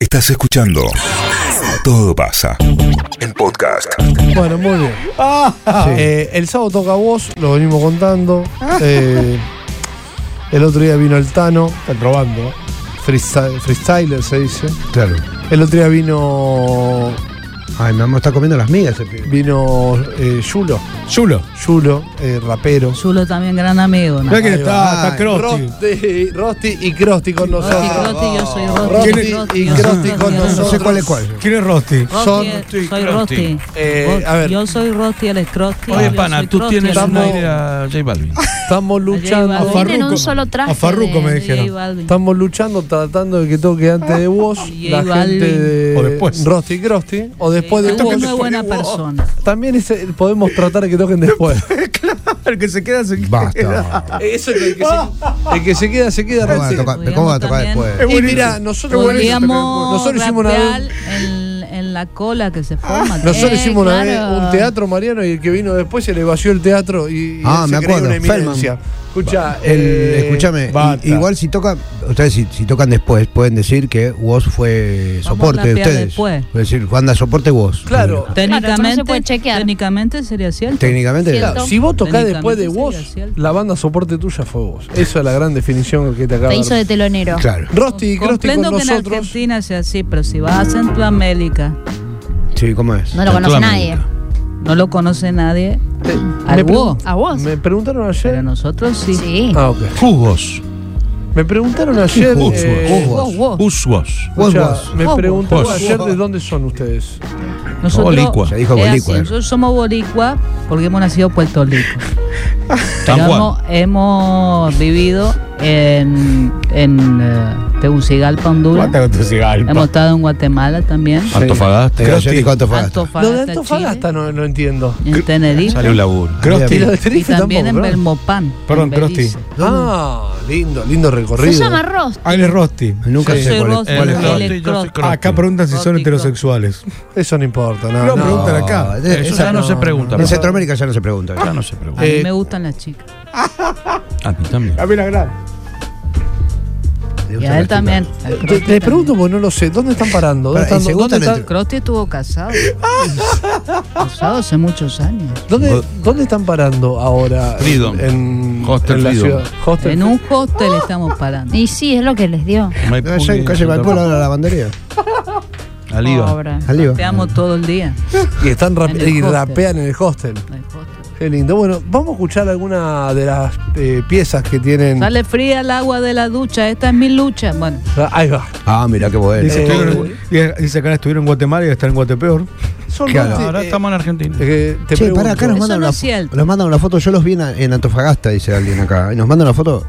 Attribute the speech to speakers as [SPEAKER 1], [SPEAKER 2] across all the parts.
[SPEAKER 1] Estás escuchando Todo pasa en podcast.
[SPEAKER 2] Bueno, muy bien. Eh, el sábado toca vos, lo venimos contando. Eh, el otro día vino el Tano, están robando. freestyle- freestyler se dice.
[SPEAKER 3] Claro.
[SPEAKER 2] El otro día vino.
[SPEAKER 3] Ay, mi mamá está comiendo las migas ese pibe.
[SPEAKER 2] Vino eh, Yulo.
[SPEAKER 4] Chulo.
[SPEAKER 2] Yulo, eh, rapero.
[SPEAKER 5] Chulo también, gran amigo. ¿no?
[SPEAKER 4] Mirá que
[SPEAKER 2] Ahí
[SPEAKER 4] está,
[SPEAKER 3] va.
[SPEAKER 4] está Crosti.
[SPEAKER 2] Rosti, Rosti y Crosti con
[SPEAKER 5] Rosti,
[SPEAKER 2] nosotros.
[SPEAKER 5] Crosti, yo soy Rosti.
[SPEAKER 2] Rosti
[SPEAKER 5] Crosti,
[SPEAKER 2] y
[SPEAKER 5] yo soy
[SPEAKER 2] Crosti con
[SPEAKER 5] yo soy
[SPEAKER 3] No
[SPEAKER 2] nosotros.
[SPEAKER 3] sé cuál es cuál.
[SPEAKER 4] ¿Quién es Rosti?
[SPEAKER 5] Rosti,
[SPEAKER 2] Son-
[SPEAKER 5] soy Rosti.
[SPEAKER 2] Eh,
[SPEAKER 5] Vos-
[SPEAKER 2] a ver.
[SPEAKER 5] Yo soy Rosti, él es Crosti.
[SPEAKER 6] Oye,
[SPEAKER 5] yo
[SPEAKER 6] pana,
[SPEAKER 5] soy
[SPEAKER 6] tú
[SPEAKER 5] Crosti,
[SPEAKER 6] tienes
[SPEAKER 5] él es
[SPEAKER 6] un
[SPEAKER 2] Estamos-
[SPEAKER 6] aire a J Balvin.
[SPEAKER 2] Estamos luchando.
[SPEAKER 5] Balvin.
[SPEAKER 7] Vienen en un solo traje.
[SPEAKER 4] a Farruko
[SPEAKER 7] de-
[SPEAKER 4] me
[SPEAKER 7] de-
[SPEAKER 5] J
[SPEAKER 4] dijeron.
[SPEAKER 5] Balvin.
[SPEAKER 2] Estamos luchando, tratando de que toque antes de vos
[SPEAKER 5] Y
[SPEAKER 2] la
[SPEAKER 5] Balvin.
[SPEAKER 2] gente de
[SPEAKER 4] O después.
[SPEAKER 2] Rosti Crosti o después de este
[SPEAKER 5] Balvin
[SPEAKER 2] vos.
[SPEAKER 5] no es buena persona.
[SPEAKER 2] También ese- podemos tratar de que toquen después.
[SPEAKER 4] El que se queda se queda.
[SPEAKER 3] Basta.
[SPEAKER 2] Eso es el que se, el que se queda, se queda.
[SPEAKER 3] ¿Cómo van a
[SPEAKER 2] Rosti.
[SPEAKER 3] tocar, ¿cómo van a tocar
[SPEAKER 5] Podríamos
[SPEAKER 3] después?
[SPEAKER 2] Y mira, nosotros,
[SPEAKER 5] Podríamos
[SPEAKER 2] este nosotros hicimos una
[SPEAKER 5] rapear
[SPEAKER 2] vez,
[SPEAKER 5] en, en la cola que se forma.
[SPEAKER 2] nosotros
[SPEAKER 7] Eh,
[SPEAKER 2] hicimos una vez
[SPEAKER 7] claro.
[SPEAKER 2] un teatro mariano y el que vino después se le vació el teatro y, y
[SPEAKER 3] Ah,
[SPEAKER 2] él
[SPEAKER 3] me
[SPEAKER 2] se creía
[SPEAKER 3] acuerdo,
[SPEAKER 2] una eminencia. Escucha,
[SPEAKER 3] El-
[SPEAKER 2] Eh,
[SPEAKER 3] escúchame, i-
[SPEAKER 4] basta.
[SPEAKER 3] igual si tocan, ustedes si, si tocan después, pueden decir que vos fue
[SPEAKER 5] Vamos a
[SPEAKER 3] soporte de
[SPEAKER 5] rapear
[SPEAKER 3] ustedes.
[SPEAKER 5] después.
[SPEAKER 3] Pueden decir, banda soporte vos.
[SPEAKER 2] Claro.
[SPEAKER 5] Eh, Técnicamente,
[SPEAKER 7] Claro, se puede chequear.
[SPEAKER 5] técnicamente sería cierto.
[SPEAKER 3] Técnicamente.
[SPEAKER 7] Cierto.
[SPEAKER 2] Si vos tocás
[SPEAKER 5] Técnicamente
[SPEAKER 2] después de
[SPEAKER 5] sería
[SPEAKER 2] vos,
[SPEAKER 5] cierto.
[SPEAKER 2] la banda soporte tuya fue vos. Esa es la gran definición que te acabo
[SPEAKER 7] Te
[SPEAKER 2] de
[SPEAKER 7] hizo de telonero.
[SPEAKER 3] Claro.
[SPEAKER 2] Rosti y Crosti con
[SPEAKER 5] Comprendo que en
[SPEAKER 2] nosotros.
[SPEAKER 5] Argentina sea así, pero si vas a Centroamérica,
[SPEAKER 3] Sí, ¿cómo es?
[SPEAKER 7] No lo conoce nadie.
[SPEAKER 6] Centroamérica.
[SPEAKER 5] no lo conoce nadie.
[SPEAKER 2] Eh,
[SPEAKER 5] Al
[SPEAKER 2] me,
[SPEAKER 5] vos.
[SPEAKER 7] ¿A vos?
[SPEAKER 2] me preguntaron
[SPEAKER 5] Pero
[SPEAKER 2] ayer.
[SPEAKER 5] nosotros sí.
[SPEAKER 7] Sí.
[SPEAKER 2] Ah, ok.
[SPEAKER 6] Jugos.
[SPEAKER 2] Me preguntaron ayer.
[SPEAKER 3] Jugos,
[SPEAKER 2] eh,
[SPEAKER 3] jugos.
[SPEAKER 7] Vos, vos.
[SPEAKER 6] Uswas.
[SPEAKER 2] o sea,
[SPEAKER 3] Vos, vos.
[SPEAKER 2] me
[SPEAKER 5] Vos,
[SPEAKER 2] preguntaron
[SPEAKER 6] vos.
[SPEAKER 2] ayer de dónde son ustedes.
[SPEAKER 5] Nosotros
[SPEAKER 6] Boricua.
[SPEAKER 3] Ya dijo
[SPEAKER 5] es
[SPEAKER 3] Bolicua.
[SPEAKER 5] así,
[SPEAKER 3] eh.
[SPEAKER 5] nosotros somos boricua porque hemos nacido en Puerto Rico. Pero
[SPEAKER 6] San Juan.
[SPEAKER 5] hemos, hemos vivido en, en eh, Tegucigalpa, Honduras.
[SPEAKER 4] Basta con tu
[SPEAKER 5] Hemos
[SPEAKER 4] cigarro.
[SPEAKER 5] estado en Guatemala también.
[SPEAKER 6] Antofagasta.
[SPEAKER 3] Pero ya dijo Antofagasta.
[SPEAKER 2] Lo de
[SPEAKER 5] Antofagasta,
[SPEAKER 2] Antofagasta no, no entiendo.
[SPEAKER 5] Chile, en Tenerife.
[SPEAKER 6] Sale un laburo.
[SPEAKER 2] Y
[SPEAKER 4] Crosti.
[SPEAKER 2] lo de
[SPEAKER 5] Y
[SPEAKER 2] Tenerife
[SPEAKER 5] también en
[SPEAKER 2] tampoco, ¿no?
[SPEAKER 5] Belmopán.
[SPEAKER 4] Perdón,
[SPEAKER 5] en
[SPEAKER 4] Crosti.
[SPEAKER 5] Belice.
[SPEAKER 2] Ah, lindo, lindo
[SPEAKER 7] Se
[SPEAKER 2] recorrido.
[SPEAKER 7] llama Rost.
[SPEAKER 4] Él es Rosti.
[SPEAKER 3] Nunca
[SPEAKER 5] Yo
[SPEAKER 3] sé
[SPEAKER 5] soy
[SPEAKER 3] cuál es.
[SPEAKER 5] Rosti,
[SPEAKER 6] Eh,
[SPEAKER 3] cuál es
[SPEAKER 5] él
[SPEAKER 3] cuál.
[SPEAKER 5] es
[SPEAKER 6] Crosti, yo soy
[SPEAKER 5] Crosti.
[SPEAKER 6] Crosti.
[SPEAKER 4] Acá preguntan si son
[SPEAKER 5] Rosti,
[SPEAKER 4] heterosexuales.
[SPEAKER 2] Eso no importa, no,
[SPEAKER 4] No,
[SPEAKER 2] no.
[SPEAKER 4] preguntan acá.
[SPEAKER 3] de-
[SPEAKER 6] Eso
[SPEAKER 3] esa-
[SPEAKER 6] ya eh, no se pregunta.
[SPEAKER 3] En
[SPEAKER 6] papá.
[SPEAKER 3] Centroamérica ya no se pregunta.
[SPEAKER 6] Ya no se pregunta.
[SPEAKER 5] A mí
[SPEAKER 2] Eh,
[SPEAKER 5] me gustan las chicas.
[SPEAKER 6] A mí también.
[SPEAKER 4] A mí la gran.
[SPEAKER 3] Le
[SPEAKER 5] Y
[SPEAKER 3] gusta
[SPEAKER 5] a él
[SPEAKER 3] la
[SPEAKER 5] también.
[SPEAKER 3] chica.
[SPEAKER 5] A Crosti
[SPEAKER 2] Te, te
[SPEAKER 5] también.
[SPEAKER 2] pregunto porque no lo sé. ¿Dónde están parando? ¿Dónde
[SPEAKER 3] Pará,
[SPEAKER 2] están?
[SPEAKER 3] ¿y se
[SPEAKER 2] ¿Dónde
[SPEAKER 3] gustan
[SPEAKER 2] están?
[SPEAKER 3] entre-
[SPEAKER 5] Crosti estuvo casado. casado hace muchos años.
[SPEAKER 2] ¿Dónde, dónde están parando ahora?
[SPEAKER 6] Freedom.
[SPEAKER 2] En,
[SPEAKER 6] Hostel
[SPEAKER 2] en la
[SPEAKER 6] Freedom.
[SPEAKER 2] ciudad. Hostel
[SPEAKER 5] En un hostel estamos parando.
[SPEAKER 7] Y sí, es lo que les dio.
[SPEAKER 6] Maipú,
[SPEAKER 3] Allá en calle
[SPEAKER 6] Santa
[SPEAKER 3] Valpolo,
[SPEAKER 6] Fe.
[SPEAKER 3] ahora la lavandería.
[SPEAKER 6] Al IVA.
[SPEAKER 7] Pobre.
[SPEAKER 3] Al IVA.
[SPEAKER 5] Te amo todo el día.
[SPEAKER 2] Y están rap-
[SPEAKER 5] En el
[SPEAKER 2] y
[SPEAKER 5] hostel.
[SPEAKER 2] rapean en el hostel.
[SPEAKER 5] No hay hostel.
[SPEAKER 2] Qué lindo. Bueno, vamos a escuchar alguna de las eh, piezas que tienen.
[SPEAKER 5] Sale fría el agua de la ducha. Esta es mi lucha. Bueno,
[SPEAKER 2] Ah, Ahí va.
[SPEAKER 3] Ah, mirá qué bueno.
[SPEAKER 4] Dice,
[SPEAKER 2] Eh,
[SPEAKER 4] estuvieron- y- dice que ahora estuvieron en Guatemala y están en Guatepeor.
[SPEAKER 2] Son
[SPEAKER 3] Claro.
[SPEAKER 2] Rosti,
[SPEAKER 6] Ahora
[SPEAKER 2] eh,
[SPEAKER 6] estamos en Argentina.
[SPEAKER 2] eh, te
[SPEAKER 3] Che,
[SPEAKER 2] pregunto.
[SPEAKER 3] pará, acá nos
[SPEAKER 5] Eso
[SPEAKER 3] mandan,
[SPEAKER 5] no
[SPEAKER 3] una,
[SPEAKER 5] es cierto.
[SPEAKER 3] nos mandan una foto. Yo los vi en, en Antofagasta, dice alguien acá. Y nos mandan una foto,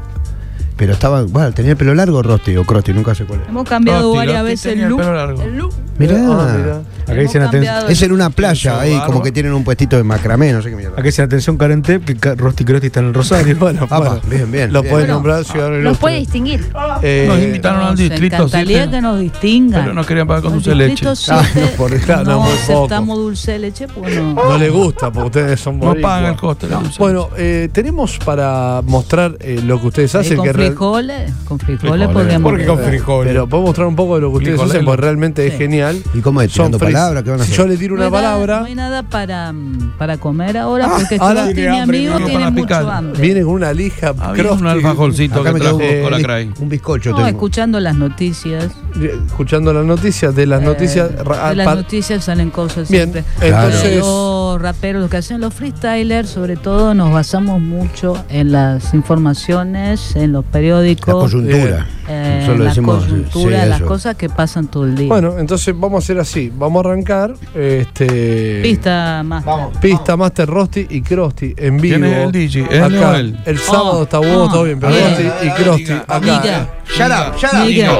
[SPEAKER 3] pero estaban. Bueno, tenía el pelo largo Rosti o Crosti, nunca sé cuál es.
[SPEAKER 5] hemos cambiado
[SPEAKER 6] Rosti,
[SPEAKER 5] varias
[SPEAKER 6] Rosti
[SPEAKER 5] veces el
[SPEAKER 6] tenía el
[SPEAKER 5] look.
[SPEAKER 6] pelo largo.
[SPEAKER 5] El look.
[SPEAKER 3] Mirá.
[SPEAKER 2] Ah, mirá.
[SPEAKER 4] Acá
[SPEAKER 5] Hemos
[SPEAKER 4] dicen atención.
[SPEAKER 5] cambiado
[SPEAKER 3] Es en una
[SPEAKER 6] Tiene
[SPEAKER 3] playa
[SPEAKER 6] su
[SPEAKER 3] ahí,
[SPEAKER 6] barba.
[SPEAKER 3] como que tienen un puestito de macramé, no sé qué mierda.
[SPEAKER 4] Acá dicen atención Carente, que Ca- Rosti y Crosti están en Rosario.
[SPEAKER 2] Bueno,
[SPEAKER 3] Apa,
[SPEAKER 2] bueno.
[SPEAKER 3] bien, bien.
[SPEAKER 2] Lo
[SPEAKER 3] bien.
[SPEAKER 2] pueden
[SPEAKER 7] Bueno,
[SPEAKER 2] nombrar ciudadano
[SPEAKER 7] Los puede
[SPEAKER 2] ilustre.
[SPEAKER 7] distinguir.
[SPEAKER 2] Eh,
[SPEAKER 6] Nos invitaron al
[SPEAKER 5] Nos
[SPEAKER 6] distrito
[SPEAKER 5] encantaría
[SPEAKER 6] 7.
[SPEAKER 5] que nos distingan.
[SPEAKER 6] Pero no querían pagar con
[SPEAKER 5] Los
[SPEAKER 6] dulce de leche.
[SPEAKER 5] distritos
[SPEAKER 3] Ah,
[SPEAKER 5] siete
[SPEAKER 3] no, por-
[SPEAKER 2] claro,
[SPEAKER 5] no
[SPEAKER 2] muy poco. Ah,
[SPEAKER 5] aceptamos dulce de leche porque no.
[SPEAKER 2] No le gusta porque ustedes son
[SPEAKER 6] No
[SPEAKER 2] boricua.
[SPEAKER 6] pagan el costo. la dulce.
[SPEAKER 2] Bueno, eh, tenemos para mostrar eh, lo que ustedes
[SPEAKER 5] Eh,
[SPEAKER 2] hacen.
[SPEAKER 5] con
[SPEAKER 2] que real-
[SPEAKER 5] frijoles, con frijoles
[SPEAKER 6] Frijoles.
[SPEAKER 5] podríamos.
[SPEAKER 4] Porque con frijoles.
[SPEAKER 2] Pero puedo mostrar un poco de lo que ustedes
[SPEAKER 6] Fricolelo.
[SPEAKER 2] hacen porque realmente es
[SPEAKER 5] Sí.
[SPEAKER 2] genial.
[SPEAKER 3] ¿Y cómo es? ¿Tirando
[SPEAKER 2] fris-
[SPEAKER 3] palabras? ¿Qué van a
[SPEAKER 2] Si
[SPEAKER 3] hacer?
[SPEAKER 2] yo le tiro una
[SPEAKER 5] No hay nada-
[SPEAKER 2] palabra,
[SPEAKER 5] No hay nada para, mm, para comer ahora porque
[SPEAKER 2] ahora-
[SPEAKER 5] Crosti,
[SPEAKER 4] Tiene
[SPEAKER 5] mi
[SPEAKER 4] hambre,
[SPEAKER 5] amigo,
[SPEAKER 6] no,
[SPEAKER 5] tiene
[SPEAKER 6] para
[SPEAKER 5] mucho
[SPEAKER 6] picar.
[SPEAKER 5] hambre.
[SPEAKER 2] viene con una lija.
[SPEAKER 6] Había
[SPEAKER 2] crosti,
[SPEAKER 6] un alfajolcito
[SPEAKER 3] Acá
[SPEAKER 6] que
[SPEAKER 3] me quedó
[SPEAKER 6] trajo
[SPEAKER 2] eh,
[SPEAKER 6] Cola
[SPEAKER 3] un,
[SPEAKER 6] Cray.
[SPEAKER 3] bis- un bizcocho.
[SPEAKER 5] No,
[SPEAKER 3] tengo.
[SPEAKER 5] escuchando las noticias.
[SPEAKER 2] eh, Escuchando las noticias, de las
[SPEAKER 5] eh,
[SPEAKER 2] noticias.
[SPEAKER 5] de
[SPEAKER 2] ra-
[SPEAKER 5] las
[SPEAKER 2] pa-
[SPEAKER 5] noticias salen cosas
[SPEAKER 2] Bien,
[SPEAKER 5] siempre.
[SPEAKER 3] Claro.
[SPEAKER 2] entonces.
[SPEAKER 5] Los raperos, los que hacen los freestylers, sobre todo nos basamos mucho en las informaciones, en los
[SPEAKER 3] La
[SPEAKER 5] periódicos,
[SPEAKER 3] coyuntura.
[SPEAKER 5] eh,
[SPEAKER 3] Solo
[SPEAKER 5] la
[SPEAKER 3] decimos,
[SPEAKER 5] coyuntura,
[SPEAKER 3] sí,
[SPEAKER 5] las
[SPEAKER 3] eso.
[SPEAKER 5] cosas que pasan todo el día.
[SPEAKER 2] Bueno, entonces vamos a hacer así. Vamos a arrancar. Este,
[SPEAKER 5] Pista más.
[SPEAKER 2] Pista Master Rosti y Crosti en vivo.
[SPEAKER 6] ¿Quién es el DJ? ¿Es él o
[SPEAKER 2] Acá,
[SPEAKER 6] él?
[SPEAKER 2] el sábado
[SPEAKER 5] Ah,
[SPEAKER 2] está vos,
[SPEAKER 5] ah,
[SPEAKER 2] todo bien, pero
[SPEAKER 5] ah,
[SPEAKER 2] Rosti y Crosti acá.
[SPEAKER 5] Miguel,
[SPEAKER 3] Shut up, shut up.
[SPEAKER 5] Miguel.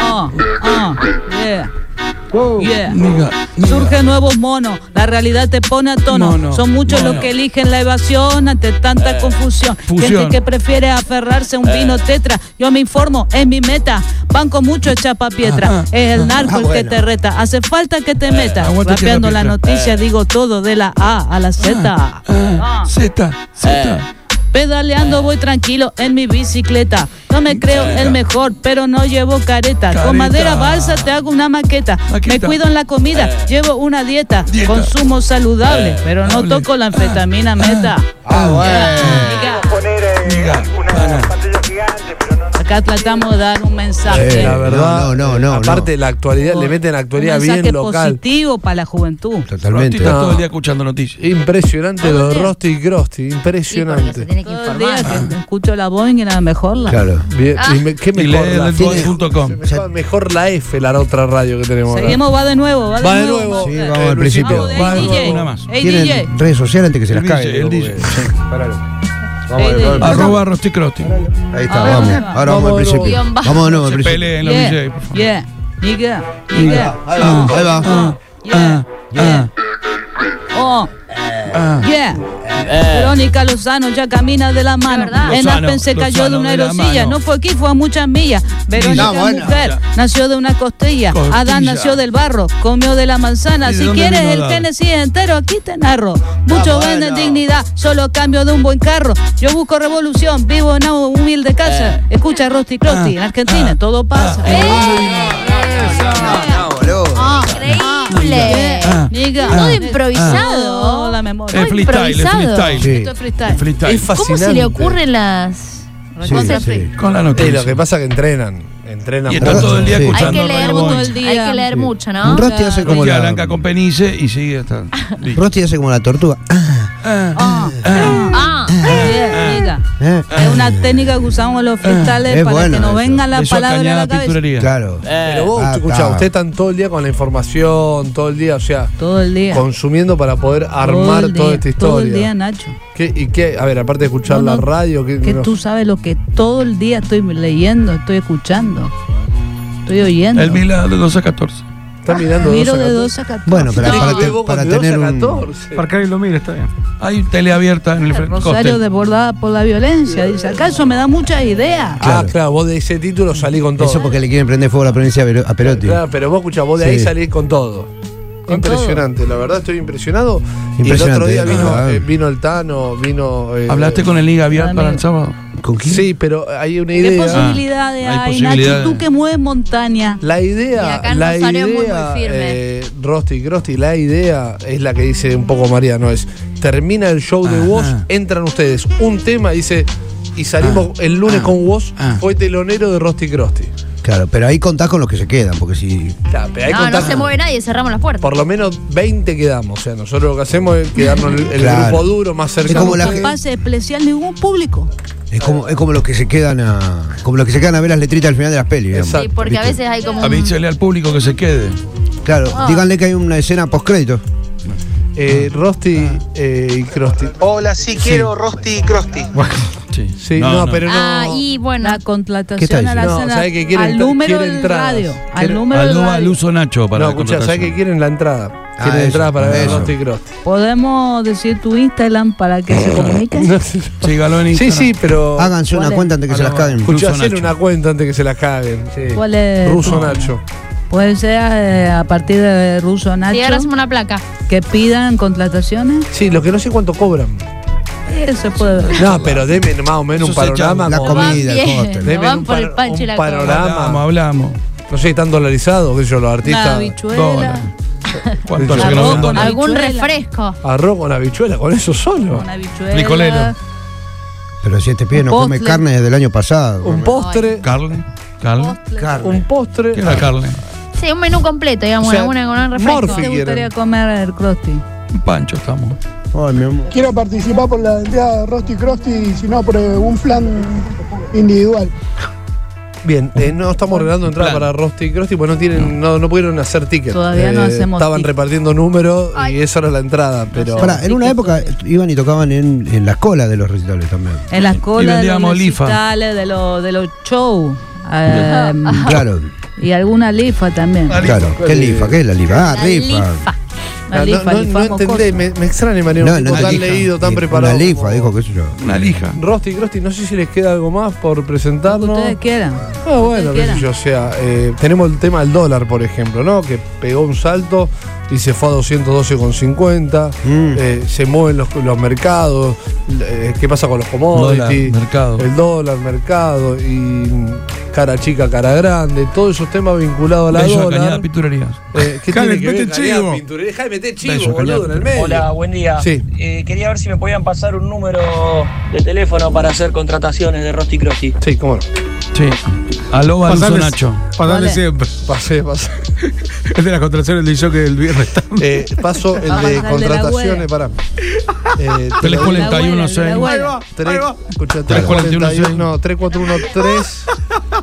[SPEAKER 5] Oh, oh, yeah. Yeah. Surgen nuevos monos, la realidad te pone a tono.
[SPEAKER 6] Mono,
[SPEAKER 5] Son muchos
[SPEAKER 6] mono. Eh,
[SPEAKER 5] los que eligen la evasión ante tanta confusión.
[SPEAKER 6] fusión. Eh.
[SPEAKER 5] Gente que prefiere aferrarse a un vino tetra. Yo me informo, es mi meta. Banco mucho chapa pietra. Es el narco
[SPEAKER 3] Ah,
[SPEAKER 5] el que
[SPEAKER 3] bueno.
[SPEAKER 5] te reta. Hace falta que te metas.
[SPEAKER 6] Eh, aguante
[SPEAKER 5] Rapeando la
[SPEAKER 6] Eh. Chapapietra. eh.
[SPEAKER 5] noticia, digo todo de la A a la Z. Ah.
[SPEAKER 6] Z, Z.
[SPEAKER 5] Pero Pedaleando voy tranquilo en mi bicicleta. No me creo el mejor, pero no llevo careta.
[SPEAKER 6] Careta.
[SPEAKER 5] Con madera balsa te hago una maqueta. Me
[SPEAKER 6] Maquita.
[SPEAKER 5] cuido en la comida,
[SPEAKER 6] Eh.
[SPEAKER 5] llevo una dieta.
[SPEAKER 6] Dieta.
[SPEAKER 5] Consumo saludable,
[SPEAKER 6] Eh.
[SPEAKER 5] pero no
[SPEAKER 6] Hable.
[SPEAKER 5] toco la anfetamina meta.
[SPEAKER 3] Ah,
[SPEAKER 5] Amiga,
[SPEAKER 8] poner eh,
[SPEAKER 6] Diga,
[SPEAKER 8] una
[SPEAKER 6] pana.
[SPEAKER 8] pantalla gigante, pero no
[SPEAKER 5] acá tratamos de dar un mensaje.
[SPEAKER 2] Eh, la
[SPEAKER 3] no,
[SPEAKER 2] verdad.
[SPEAKER 3] no, no, no,
[SPEAKER 2] Aparte, la actualidad, le meten la
[SPEAKER 5] un
[SPEAKER 2] actualidad
[SPEAKER 5] mensaje
[SPEAKER 2] bien local.
[SPEAKER 5] positivo para la juventud.
[SPEAKER 3] Totalmente.
[SPEAKER 6] está
[SPEAKER 2] No.
[SPEAKER 6] todo el día escuchando noticias.
[SPEAKER 2] Impresionante lo de
[SPEAKER 7] Aparte-
[SPEAKER 2] Rosti y Crosti,
[SPEAKER 7] Sí, porque se
[SPEAKER 2] impresionante.
[SPEAKER 7] tiene que
[SPEAKER 5] Todo el día
[SPEAKER 7] informar.
[SPEAKER 5] que escucho la Boeing y la mejor la.
[SPEAKER 3] Claro.
[SPEAKER 2] Bien, y me- ¿Qué
[SPEAKER 6] Y
[SPEAKER 2] mejor
[SPEAKER 6] lee
[SPEAKER 2] la,
[SPEAKER 6] el gol.com.
[SPEAKER 2] mejor, mejor la F, la otra radio que tenemos. acá.
[SPEAKER 5] Seguimos, va de nuevo, va de
[SPEAKER 2] Va de
[SPEAKER 5] nuevo.
[SPEAKER 2] nuevo.
[SPEAKER 3] Sí,
[SPEAKER 5] Eh,
[SPEAKER 3] vamos al
[SPEAKER 2] Luisito,
[SPEAKER 3] principio.
[SPEAKER 5] vamos,
[SPEAKER 2] va de
[SPEAKER 5] ey,
[SPEAKER 2] nuevo.
[SPEAKER 5] DJ,
[SPEAKER 6] Una más.
[SPEAKER 5] ey, DJ.
[SPEAKER 3] Tienen redes sociales antes que se las
[SPEAKER 6] El
[SPEAKER 3] caguen.
[SPEAKER 6] DJ, el
[SPEAKER 3] digo,
[SPEAKER 6] DJ.
[SPEAKER 3] porque-
[SPEAKER 4] Paralo.
[SPEAKER 5] Ey,
[SPEAKER 4] de nuevo.
[SPEAKER 5] DJ.
[SPEAKER 6] Arroba Rosti Crosti.
[SPEAKER 3] Ahí está,
[SPEAKER 5] Ah,
[SPEAKER 3] vamos.
[SPEAKER 5] bueno.
[SPEAKER 3] Ahora vamos
[SPEAKER 2] Vamos
[SPEAKER 3] al
[SPEAKER 2] de nuevo.
[SPEAKER 3] principio.
[SPEAKER 7] Guión bajo.
[SPEAKER 3] Vamos de nuevo al
[SPEAKER 6] Se
[SPEAKER 3] principio.
[SPEAKER 6] peleen los DJ,
[SPEAKER 5] Yeah,
[SPEAKER 6] por favor.
[SPEAKER 5] yeah, nigga, nigga.
[SPEAKER 3] Ahí va, Ah, ahí va.
[SPEAKER 5] Ah. Yeah, yeah. Oh,
[SPEAKER 6] Ah.
[SPEAKER 5] yeah. Verónica Lozano ya camina de la mano.
[SPEAKER 7] De verdad.
[SPEAKER 5] En
[SPEAKER 6] Lozano,
[SPEAKER 5] Aspen se cayó
[SPEAKER 6] Lozano
[SPEAKER 5] de una
[SPEAKER 6] de la
[SPEAKER 5] aerosilla.
[SPEAKER 6] mano.
[SPEAKER 5] No fue aquí, fue a muchas millas. Verónica,
[SPEAKER 3] No, bueno.
[SPEAKER 5] mujer, nació de una costilla.
[SPEAKER 6] Costilla.
[SPEAKER 5] Adán nació del barro, comió de la manzana.
[SPEAKER 6] ¿Y de
[SPEAKER 5] Si
[SPEAKER 6] dónde
[SPEAKER 5] quieres
[SPEAKER 6] vino
[SPEAKER 5] el
[SPEAKER 6] Adán?
[SPEAKER 5] Tennessee entero, aquí te narro.
[SPEAKER 3] Ah,
[SPEAKER 5] Muchos
[SPEAKER 3] bueno.
[SPEAKER 5] venden dignidad, solo cambio de un buen carro. Yo busco revolución, vivo en una humilde
[SPEAKER 6] Eh.
[SPEAKER 5] casa. Escucha Rosti Crosti, en
[SPEAKER 6] Ah.
[SPEAKER 5] Argentina todo pasa. Eh.
[SPEAKER 3] Ah, boludo.
[SPEAKER 7] ¡Eh! Ah, Increíble.
[SPEAKER 5] Ah. Nigga.
[SPEAKER 7] Todo improvisado.
[SPEAKER 5] Oh, la memoria.
[SPEAKER 6] Es
[SPEAKER 7] Todo
[SPEAKER 6] freestyle, es
[SPEAKER 7] improvisado.
[SPEAKER 6] freestyle.
[SPEAKER 3] Sí.
[SPEAKER 5] Esto es freestyle.
[SPEAKER 6] Freestyle.
[SPEAKER 2] Es fascinante.
[SPEAKER 7] ¿Cómo se le ocurren las
[SPEAKER 3] Sí,
[SPEAKER 7] cosas?
[SPEAKER 3] sí.
[SPEAKER 6] Con la
[SPEAKER 2] Y lo que
[SPEAKER 6] noticia.
[SPEAKER 2] pasa es que entrenan. Entrenan
[SPEAKER 6] Y
[SPEAKER 2] mucho.
[SPEAKER 6] está todo el día
[SPEAKER 3] Sí.
[SPEAKER 7] Hay
[SPEAKER 6] escuchando
[SPEAKER 7] que leer
[SPEAKER 6] Radio
[SPEAKER 5] mucho
[SPEAKER 6] Boeing.
[SPEAKER 5] el día.
[SPEAKER 7] Hay que leer
[SPEAKER 3] Sí.
[SPEAKER 7] mucho, ¿no?
[SPEAKER 3] Rosti hace como
[SPEAKER 6] Rosti
[SPEAKER 3] la.
[SPEAKER 6] arranca con penice y sigue hasta. Listo.
[SPEAKER 3] Rosti hace como la tortuga. Ah,
[SPEAKER 5] Ah,
[SPEAKER 7] Ah,
[SPEAKER 5] yeah, nigga.
[SPEAKER 3] eh.
[SPEAKER 5] Es una técnica que usamos los freestyle
[SPEAKER 3] Es
[SPEAKER 5] para
[SPEAKER 3] bueno
[SPEAKER 5] que nos
[SPEAKER 3] eso.
[SPEAKER 5] venga la
[SPEAKER 6] Beso a
[SPEAKER 5] palabra a
[SPEAKER 6] Cañada
[SPEAKER 5] la cabeza.
[SPEAKER 6] Pinturería.
[SPEAKER 3] Claro.
[SPEAKER 2] Pero vos,
[SPEAKER 3] Ah,
[SPEAKER 2] escuchá,
[SPEAKER 3] está.
[SPEAKER 2] ustedes están todo el día con la información, todo el día, o sea,
[SPEAKER 5] Todo el día.
[SPEAKER 2] consumiendo para poder
[SPEAKER 5] Todo
[SPEAKER 2] armar
[SPEAKER 5] el
[SPEAKER 2] toda
[SPEAKER 5] día,
[SPEAKER 2] esta
[SPEAKER 5] Todo el día,
[SPEAKER 2] historia.
[SPEAKER 5] Nacho.
[SPEAKER 2] ¿Qué- ¿Y qué? A ver, aparte de escuchar
[SPEAKER 5] No,
[SPEAKER 2] la
[SPEAKER 5] no,
[SPEAKER 2] radio, ¿qué,
[SPEAKER 5] Que
[SPEAKER 2] no-
[SPEAKER 5] tú sabes lo que todo el día estoy leyendo, estoy escuchando, estoy oyendo.
[SPEAKER 6] El Milan de 12 a 14.
[SPEAKER 2] están mirando
[SPEAKER 5] Miro
[SPEAKER 2] dos a
[SPEAKER 5] de
[SPEAKER 2] dos?
[SPEAKER 5] 2 a 14.
[SPEAKER 3] Bueno, pero
[SPEAKER 2] Sí,
[SPEAKER 3] para,
[SPEAKER 2] vos
[SPEAKER 3] te-
[SPEAKER 2] con
[SPEAKER 3] para
[SPEAKER 2] de dos
[SPEAKER 3] tener
[SPEAKER 2] a
[SPEAKER 3] un. Ah,
[SPEAKER 2] 14.
[SPEAKER 4] Parcá y lo mira, está bien.
[SPEAKER 6] Hay tele abierta en el frente.
[SPEAKER 5] Rosario desbordada por la violencia, dice. Acá eso me da muchas ideas.
[SPEAKER 2] Ah, claro, vos de ese título salís con todo.
[SPEAKER 3] Eso porque le quieren prender fuego a la provincia de Vero- a Perotti.
[SPEAKER 2] Claro, pero vos escuchá, vos de ahí
[SPEAKER 3] Sí.
[SPEAKER 2] salís con todo. Impresionante, la verdad estoy impresionado. Y el otro
[SPEAKER 3] Impresionante,
[SPEAKER 2] día
[SPEAKER 3] ¿eh?
[SPEAKER 2] vino,
[SPEAKER 3] Ah.
[SPEAKER 2] eh, vino el Tano, vino. eh,
[SPEAKER 6] ¿Hablaste con el Liga Vial para el sábado?
[SPEAKER 3] ¿Con quién?
[SPEAKER 2] Sí, pero hay una
[SPEAKER 5] ¿Qué
[SPEAKER 2] idea.
[SPEAKER 5] posibilidades
[SPEAKER 6] Ah, hay
[SPEAKER 5] hay,
[SPEAKER 6] posibilidades.
[SPEAKER 5] Nacho? Tú que mueves montaña.
[SPEAKER 2] La idea,
[SPEAKER 7] Y acá en
[SPEAKER 2] la
[SPEAKER 7] Rosario
[SPEAKER 2] idea,
[SPEAKER 7] es muy, muy firme.
[SPEAKER 2] eh, Rosti, Crosti, la idea es la que dice un poco Mariano, es termina el show de
[SPEAKER 6] Ajá.
[SPEAKER 2] vos, entran ustedes, un tema dice y salimos el lunes
[SPEAKER 6] ah,
[SPEAKER 2] con vos,
[SPEAKER 6] ah.
[SPEAKER 2] fue telonero de Rosti Crosti.
[SPEAKER 3] Claro, pero ahí contás con los que se quedan, porque si.
[SPEAKER 2] Claro, pero hay que
[SPEAKER 7] No, no
[SPEAKER 2] contar-
[SPEAKER 7] se mueve nadie, cerramos las puertas.
[SPEAKER 2] Por lo menos 20 quedamos, o sea, nosotros lo que hacemos es quedarnos en el, el
[SPEAKER 3] Claro.
[SPEAKER 2] grupo duro más cercano.
[SPEAKER 3] como la
[SPEAKER 5] No
[SPEAKER 3] gente-
[SPEAKER 5] pase especial ningún público.
[SPEAKER 3] Es como, es como los que se quedan a. Como los que se quedan a ver las letritas al final de las pelis. digamos.
[SPEAKER 2] Exacto.
[SPEAKER 7] Sí, porque a
[SPEAKER 3] ¿Viste?
[SPEAKER 7] veces hay como. un-
[SPEAKER 6] Avísale al público que se quede.
[SPEAKER 3] Claro, díganle que hay una escena postcrédito.
[SPEAKER 2] Eh, Rosti eh, y Crosti.
[SPEAKER 8] Hola, sí quiero Rosti y Crosti.
[SPEAKER 6] Sí.
[SPEAKER 2] Sí, no, pero no.
[SPEAKER 7] Ah, y bueno.
[SPEAKER 5] La contratación a la
[SPEAKER 2] diciendo? No,
[SPEAKER 5] cena,
[SPEAKER 2] ¿sabe qué? Quiere
[SPEAKER 5] al
[SPEAKER 2] entrar-
[SPEAKER 5] número
[SPEAKER 2] quiere
[SPEAKER 5] del
[SPEAKER 2] entradas.
[SPEAKER 5] radio. Al
[SPEAKER 2] Quiere-
[SPEAKER 5] número del
[SPEAKER 6] Al
[SPEAKER 5] radio.
[SPEAKER 6] uso Nacho para
[SPEAKER 2] no,
[SPEAKER 6] la
[SPEAKER 2] escuchá, ¿sabes qué
[SPEAKER 6] contratación.
[SPEAKER 2] quieren la entrada? Quieren
[SPEAKER 3] eso,
[SPEAKER 2] entrada para ver a
[SPEAKER 3] eso.
[SPEAKER 2] Rosti y Crosti.
[SPEAKER 5] Podemos decir tu Instagram para que se comuniquen.
[SPEAKER 6] Sígalo en
[SPEAKER 2] Sí,
[SPEAKER 6] Instagram.
[SPEAKER 2] sí, pero.
[SPEAKER 3] Háganse
[SPEAKER 5] ¿Cuál
[SPEAKER 3] una
[SPEAKER 5] es?
[SPEAKER 3] cuenta antes que se las caguen.
[SPEAKER 2] Escuché,
[SPEAKER 6] Ruso
[SPEAKER 2] hacer
[SPEAKER 6] Nacho.
[SPEAKER 2] una cuenta antes que se las caguen.
[SPEAKER 5] ¿Cuál es?
[SPEAKER 2] Ruso
[SPEAKER 5] tu-
[SPEAKER 2] Nacho.
[SPEAKER 5] Puede ser eh, a partir de Ruso
[SPEAKER 7] Y ahora hacemos
[SPEAKER 5] Nacho
[SPEAKER 7] una placa.
[SPEAKER 5] que pidan contrataciones.
[SPEAKER 2] Sí, lo que no sé cuánto cobran.
[SPEAKER 5] Eso puede ver.
[SPEAKER 2] No, pero deme más o menos
[SPEAKER 6] Eso
[SPEAKER 2] un
[SPEAKER 6] se
[SPEAKER 2] panorama.
[SPEAKER 6] llama
[SPEAKER 3] La
[SPEAKER 2] como-
[SPEAKER 7] Van
[SPEAKER 3] comida, el
[SPEAKER 7] bien,
[SPEAKER 3] cóctel.
[SPEAKER 7] nos
[SPEAKER 2] Deme
[SPEAKER 7] van
[SPEAKER 2] un
[SPEAKER 7] por el
[SPEAKER 2] pano-
[SPEAKER 7] pancho y
[SPEAKER 2] un
[SPEAKER 7] la
[SPEAKER 2] panorama.
[SPEAKER 7] cola.
[SPEAKER 6] Hablamos, hablamos.
[SPEAKER 2] No sé, están dolarizados, qué sé yo, los
[SPEAKER 5] Una
[SPEAKER 2] artistas.
[SPEAKER 5] habichuela.
[SPEAKER 6] ¿Cuánto
[SPEAKER 2] Sí,
[SPEAKER 6] hace que no
[SPEAKER 2] arroz
[SPEAKER 6] venden?
[SPEAKER 5] con
[SPEAKER 6] dólares?
[SPEAKER 7] Algún
[SPEAKER 5] Habichuela.
[SPEAKER 7] refresco.
[SPEAKER 2] Arroz con habichuela, con eso solo.
[SPEAKER 5] Una habichuela.
[SPEAKER 6] Fricolero.
[SPEAKER 3] Pero si este pibe no come
[SPEAKER 5] Postre.
[SPEAKER 3] carne desde el año pasado.
[SPEAKER 2] Un
[SPEAKER 3] come
[SPEAKER 2] postre,
[SPEAKER 6] Carne. Carne.
[SPEAKER 3] carne.
[SPEAKER 2] un postre.
[SPEAKER 6] ¿Qué era carne?
[SPEAKER 7] Sí, un menú completo, digamos,
[SPEAKER 2] O sea,
[SPEAKER 7] una, una- un refresco.
[SPEAKER 5] ¿Qué te
[SPEAKER 2] Morphy.
[SPEAKER 5] gustaría comer el crosti?
[SPEAKER 6] Un pancho estamos.
[SPEAKER 3] Ay, mi amor.
[SPEAKER 9] Quiero participar por la entidad Rosti Crosti, si no por eh, un flan individual.
[SPEAKER 2] Bien, eh, no estamos regalando entradas
[SPEAKER 6] plan.
[SPEAKER 2] para Rosti y Crosti, pues no tienen, no, no pudieron hacer tickets.
[SPEAKER 5] Todavía no hacemos
[SPEAKER 2] Estaban
[SPEAKER 5] tickets.
[SPEAKER 2] repartiendo números y
[SPEAKER 7] Ay.
[SPEAKER 2] esa era la entrada, pero.
[SPEAKER 3] Pará, en una época iban y tocaban en, en las colas de los recitales también.
[SPEAKER 5] En las colas de
[SPEAKER 6] vendíamos
[SPEAKER 5] los
[SPEAKER 6] lifa.
[SPEAKER 5] recitales, de los, de los shows. eh,
[SPEAKER 2] Ah.
[SPEAKER 3] Claro,
[SPEAKER 5] y alguna lifa también.
[SPEAKER 3] claro. ¿Qué lifa? ¿Qué es la lifa? Ah,
[SPEAKER 7] La
[SPEAKER 3] rifa.
[SPEAKER 7] lifa.
[SPEAKER 5] La
[SPEAKER 2] Ah,
[SPEAKER 5] lifa,
[SPEAKER 2] no, no, no
[SPEAKER 5] lifamos
[SPEAKER 2] entendé,
[SPEAKER 5] cosas.
[SPEAKER 2] me, me extraña, María, un tipo tan
[SPEAKER 3] entendí.
[SPEAKER 2] leído, tan
[SPEAKER 3] Eh, Una
[SPEAKER 2] preparado.
[SPEAKER 3] lifa,
[SPEAKER 2] como-
[SPEAKER 3] dijo, qué sé yo.
[SPEAKER 6] Una lija.
[SPEAKER 2] Rosti y Crosti, no sé si les queda algo más por
[SPEAKER 5] Lo que
[SPEAKER 2] presentarnos.
[SPEAKER 5] ustedes quieran.
[SPEAKER 2] Ah, bueno, qué
[SPEAKER 5] ustedes
[SPEAKER 2] sé
[SPEAKER 5] quieran.
[SPEAKER 2] yo, o sea, eh, tenemos el tema del dólar, por ejemplo, ¿no? Que pegó un salto y se fue a 212,50.
[SPEAKER 3] Mm.
[SPEAKER 2] eh, se mueven los, los mercados. eh, ¿Qué pasa con los commodities?
[SPEAKER 6] Dólar, mercado.
[SPEAKER 2] El dólar, mercado y mm, cara chica, cara grande. Todos esos temas vinculados a la
[SPEAKER 6] Bello, Cañada,
[SPEAKER 2] dólar.
[SPEAKER 6] pinturerías.
[SPEAKER 2] Eh, ¿Qué
[SPEAKER 4] Cañada,
[SPEAKER 2] tiene que ver?
[SPEAKER 4] mete chivo.
[SPEAKER 2] pintura? Deja de meter chivo,
[SPEAKER 6] Bello,
[SPEAKER 2] boludo, en
[SPEAKER 6] Cañada.
[SPEAKER 2] el medio.
[SPEAKER 10] Hola, buen día.
[SPEAKER 2] Sí.
[SPEAKER 10] Eh, quería ver si me podían pasar un número de teléfono para hacer contrataciones de Rosti Crosti.
[SPEAKER 2] Sí, cómo no.
[SPEAKER 6] Sí. Aló, Baruso
[SPEAKER 4] Pasale-
[SPEAKER 6] Nacho.
[SPEAKER 4] Pasale
[SPEAKER 5] Vale.
[SPEAKER 4] siempre.
[SPEAKER 2] Pasé, pasé.
[SPEAKER 4] Es de las contracciones del show que el viernes está.
[SPEAKER 2] Eh, paso el
[SPEAKER 5] Vamos
[SPEAKER 2] de
[SPEAKER 5] al de la
[SPEAKER 2] contrataciones, pará. Eh, te lo digo.
[SPEAKER 6] 341
[SPEAKER 5] La abuela, la
[SPEAKER 6] 6.
[SPEAKER 5] abuela.
[SPEAKER 2] Tres- escucha,
[SPEAKER 6] 341,
[SPEAKER 2] 341, no, 3413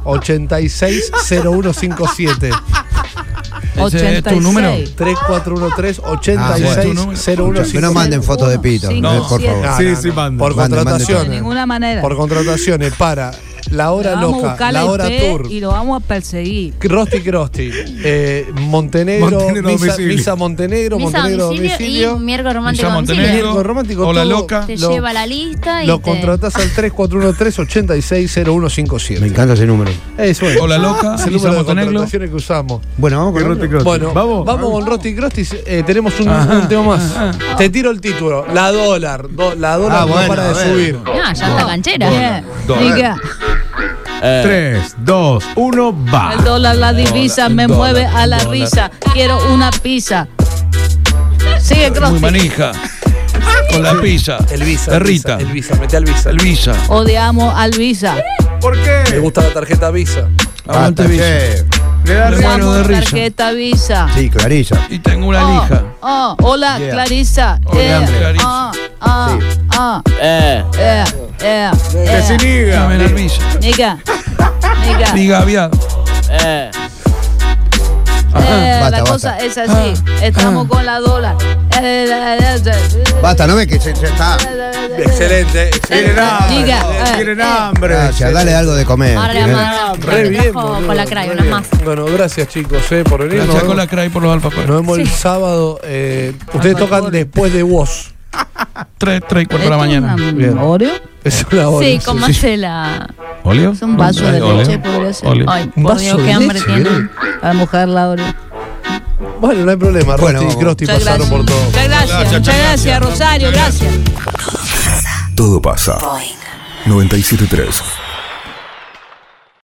[SPEAKER 2] 86 0157.
[SPEAKER 6] ¿Ese es tu
[SPEAKER 5] 86.
[SPEAKER 6] número?
[SPEAKER 2] 3413
[SPEAKER 3] Que no
[SPEAKER 2] 86
[SPEAKER 3] manden fotos de pito,
[SPEAKER 5] Cinco,
[SPEAKER 3] eh, por
[SPEAKER 5] siete.
[SPEAKER 3] favor.
[SPEAKER 4] Ah, Sí, sí, manden.
[SPEAKER 2] Por
[SPEAKER 3] Manden, manden
[SPEAKER 5] De
[SPEAKER 2] contrataciones.
[SPEAKER 5] ninguna manera.
[SPEAKER 2] Por contrataciones para La
[SPEAKER 5] Le
[SPEAKER 2] Hora
[SPEAKER 5] vamos a
[SPEAKER 2] Loca,
[SPEAKER 5] buscar
[SPEAKER 2] La Hora
[SPEAKER 5] IP
[SPEAKER 2] Tour,
[SPEAKER 5] Y lo vamos a perseguir.
[SPEAKER 2] Crosti Crosti, eh, Montenegro,
[SPEAKER 4] Montenegro
[SPEAKER 2] misa,
[SPEAKER 4] domicilio.
[SPEAKER 2] misa Montenegro,
[SPEAKER 7] Misa a
[SPEAKER 2] Montenegro
[SPEAKER 7] domicilio, y
[SPEAKER 2] domicilio.
[SPEAKER 7] miércoles romántico
[SPEAKER 6] Villa
[SPEAKER 7] a domicilio.
[SPEAKER 6] Montenegro.
[SPEAKER 2] Riesgo romántico,
[SPEAKER 6] Hola,
[SPEAKER 2] todo.
[SPEAKER 6] loca.
[SPEAKER 7] Te
[SPEAKER 2] Lo-
[SPEAKER 7] lleva la lista y
[SPEAKER 2] Lo
[SPEAKER 7] te-
[SPEAKER 2] contratás al
[SPEAKER 3] Me
[SPEAKER 2] 3413-860157.
[SPEAKER 3] encanta ese número.
[SPEAKER 2] Eso es.
[SPEAKER 6] Hola, loca.
[SPEAKER 2] Es el
[SPEAKER 6] Lisa
[SPEAKER 2] número de
[SPEAKER 6] Montenegro.
[SPEAKER 2] contrataciones que usamos.
[SPEAKER 3] Bueno, vamos con otro.
[SPEAKER 2] Bueno, vamos, con Rosti Crosti. eh, tenemos un, un tema más. Te tiro el título. La dólar. do- la dólar
[SPEAKER 3] Ah,
[SPEAKER 2] no
[SPEAKER 3] bueno,
[SPEAKER 2] para de
[SPEAKER 3] a ver.
[SPEAKER 2] subir.
[SPEAKER 7] Ah, ya está canchera.
[SPEAKER 5] Bien.
[SPEAKER 6] Dólar.
[SPEAKER 5] Diga,
[SPEAKER 4] 3, 2, 1,
[SPEAKER 5] el
[SPEAKER 4] va.
[SPEAKER 5] dólar, la divisa,
[SPEAKER 6] el
[SPEAKER 5] me
[SPEAKER 6] dólar,
[SPEAKER 5] mueve a
[SPEAKER 6] el
[SPEAKER 5] la
[SPEAKER 6] dólar.
[SPEAKER 5] risa. Quiero una pizza. Sigue,
[SPEAKER 6] Muy
[SPEAKER 5] Crosti.
[SPEAKER 6] manija. Con la pizza.
[SPEAKER 2] El Visa.
[SPEAKER 6] Perrita.
[SPEAKER 2] El Visa. Mete al Visa.
[SPEAKER 6] El Visa.
[SPEAKER 5] Odiamos al Visa.
[SPEAKER 4] ¿Por
[SPEAKER 2] Me
[SPEAKER 4] qué?
[SPEAKER 2] gusta la tarjeta Visa.
[SPEAKER 6] Aguante Visa.
[SPEAKER 4] Le da
[SPEAKER 6] Me muero de
[SPEAKER 5] Odiamos
[SPEAKER 6] risa.
[SPEAKER 5] tarjeta Visa.
[SPEAKER 3] Sí, Clarisa.
[SPEAKER 6] Y tengo una
[SPEAKER 5] Oh,
[SPEAKER 6] lija.
[SPEAKER 5] oh, hola,
[SPEAKER 3] Yeah.
[SPEAKER 5] Clarisa.
[SPEAKER 6] Hola,
[SPEAKER 5] Yeah.
[SPEAKER 6] Clarisa.
[SPEAKER 5] Ah, ah, ah, eh,
[SPEAKER 10] Eh.
[SPEAKER 5] yeah, yeah,
[SPEAKER 4] Que
[SPEAKER 5] yeah.
[SPEAKER 4] se niega.
[SPEAKER 6] Dame la Visa.
[SPEAKER 5] Nigga. Nigga.
[SPEAKER 6] Diga, había.
[SPEAKER 10] Eh.
[SPEAKER 5] Eh,
[SPEAKER 3] Basta,
[SPEAKER 5] la
[SPEAKER 3] basta.
[SPEAKER 5] cosa es así. Estamos con la dólar. Eh, la- la- la-
[SPEAKER 3] Basta, no ves que se, se está.
[SPEAKER 2] Excelente.
[SPEAKER 4] Tienen hambre.
[SPEAKER 5] Diga, eh,
[SPEAKER 4] Tienen
[SPEAKER 5] eh.
[SPEAKER 4] hambre.
[SPEAKER 3] Gracias, dale algo de comer.
[SPEAKER 7] Ahora la
[SPEAKER 3] ¿eh?
[SPEAKER 7] madre
[SPEAKER 2] Re bien. boludo,
[SPEAKER 7] con la cray,
[SPEAKER 2] re
[SPEAKER 7] unas
[SPEAKER 2] bien.
[SPEAKER 7] más.
[SPEAKER 2] Bueno, gracias chicos eh, por venir.
[SPEAKER 6] Gracias
[SPEAKER 2] Nos
[SPEAKER 6] con la
[SPEAKER 2] vemos,
[SPEAKER 6] cray por los alfajores.
[SPEAKER 2] nos vemos el sábado. eh, ustedes tocan después de vos.
[SPEAKER 6] 3, 3 y 4 de la mañana.
[SPEAKER 2] Bien.
[SPEAKER 5] ¿Oreo?
[SPEAKER 2] Es una hora.
[SPEAKER 7] Sí, con Marcela.
[SPEAKER 6] ¿Olio?
[SPEAKER 5] Es un vaso de
[SPEAKER 6] Oleo.
[SPEAKER 5] leche, podría ser.
[SPEAKER 6] Oleo.
[SPEAKER 7] Ay,
[SPEAKER 2] Un
[SPEAKER 7] por
[SPEAKER 2] vaso
[SPEAKER 7] Dios,
[SPEAKER 2] de
[SPEAKER 7] qué hambre
[SPEAKER 2] leche,
[SPEAKER 7] tiene.
[SPEAKER 2] bien.
[SPEAKER 5] A la mujer, la Oreo.
[SPEAKER 2] Bueno, no hay problema.
[SPEAKER 3] Bueno,
[SPEAKER 2] Rosti y
[SPEAKER 3] vamos.
[SPEAKER 2] Crosti
[SPEAKER 5] Muchas
[SPEAKER 2] pasaron
[SPEAKER 5] gracias.
[SPEAKER 2] por todo.
[SPEAKER 5] Muchas gracias, muchas gracias, Rosario, gracias.
[SPEAKER 1] Todo pasa. 973.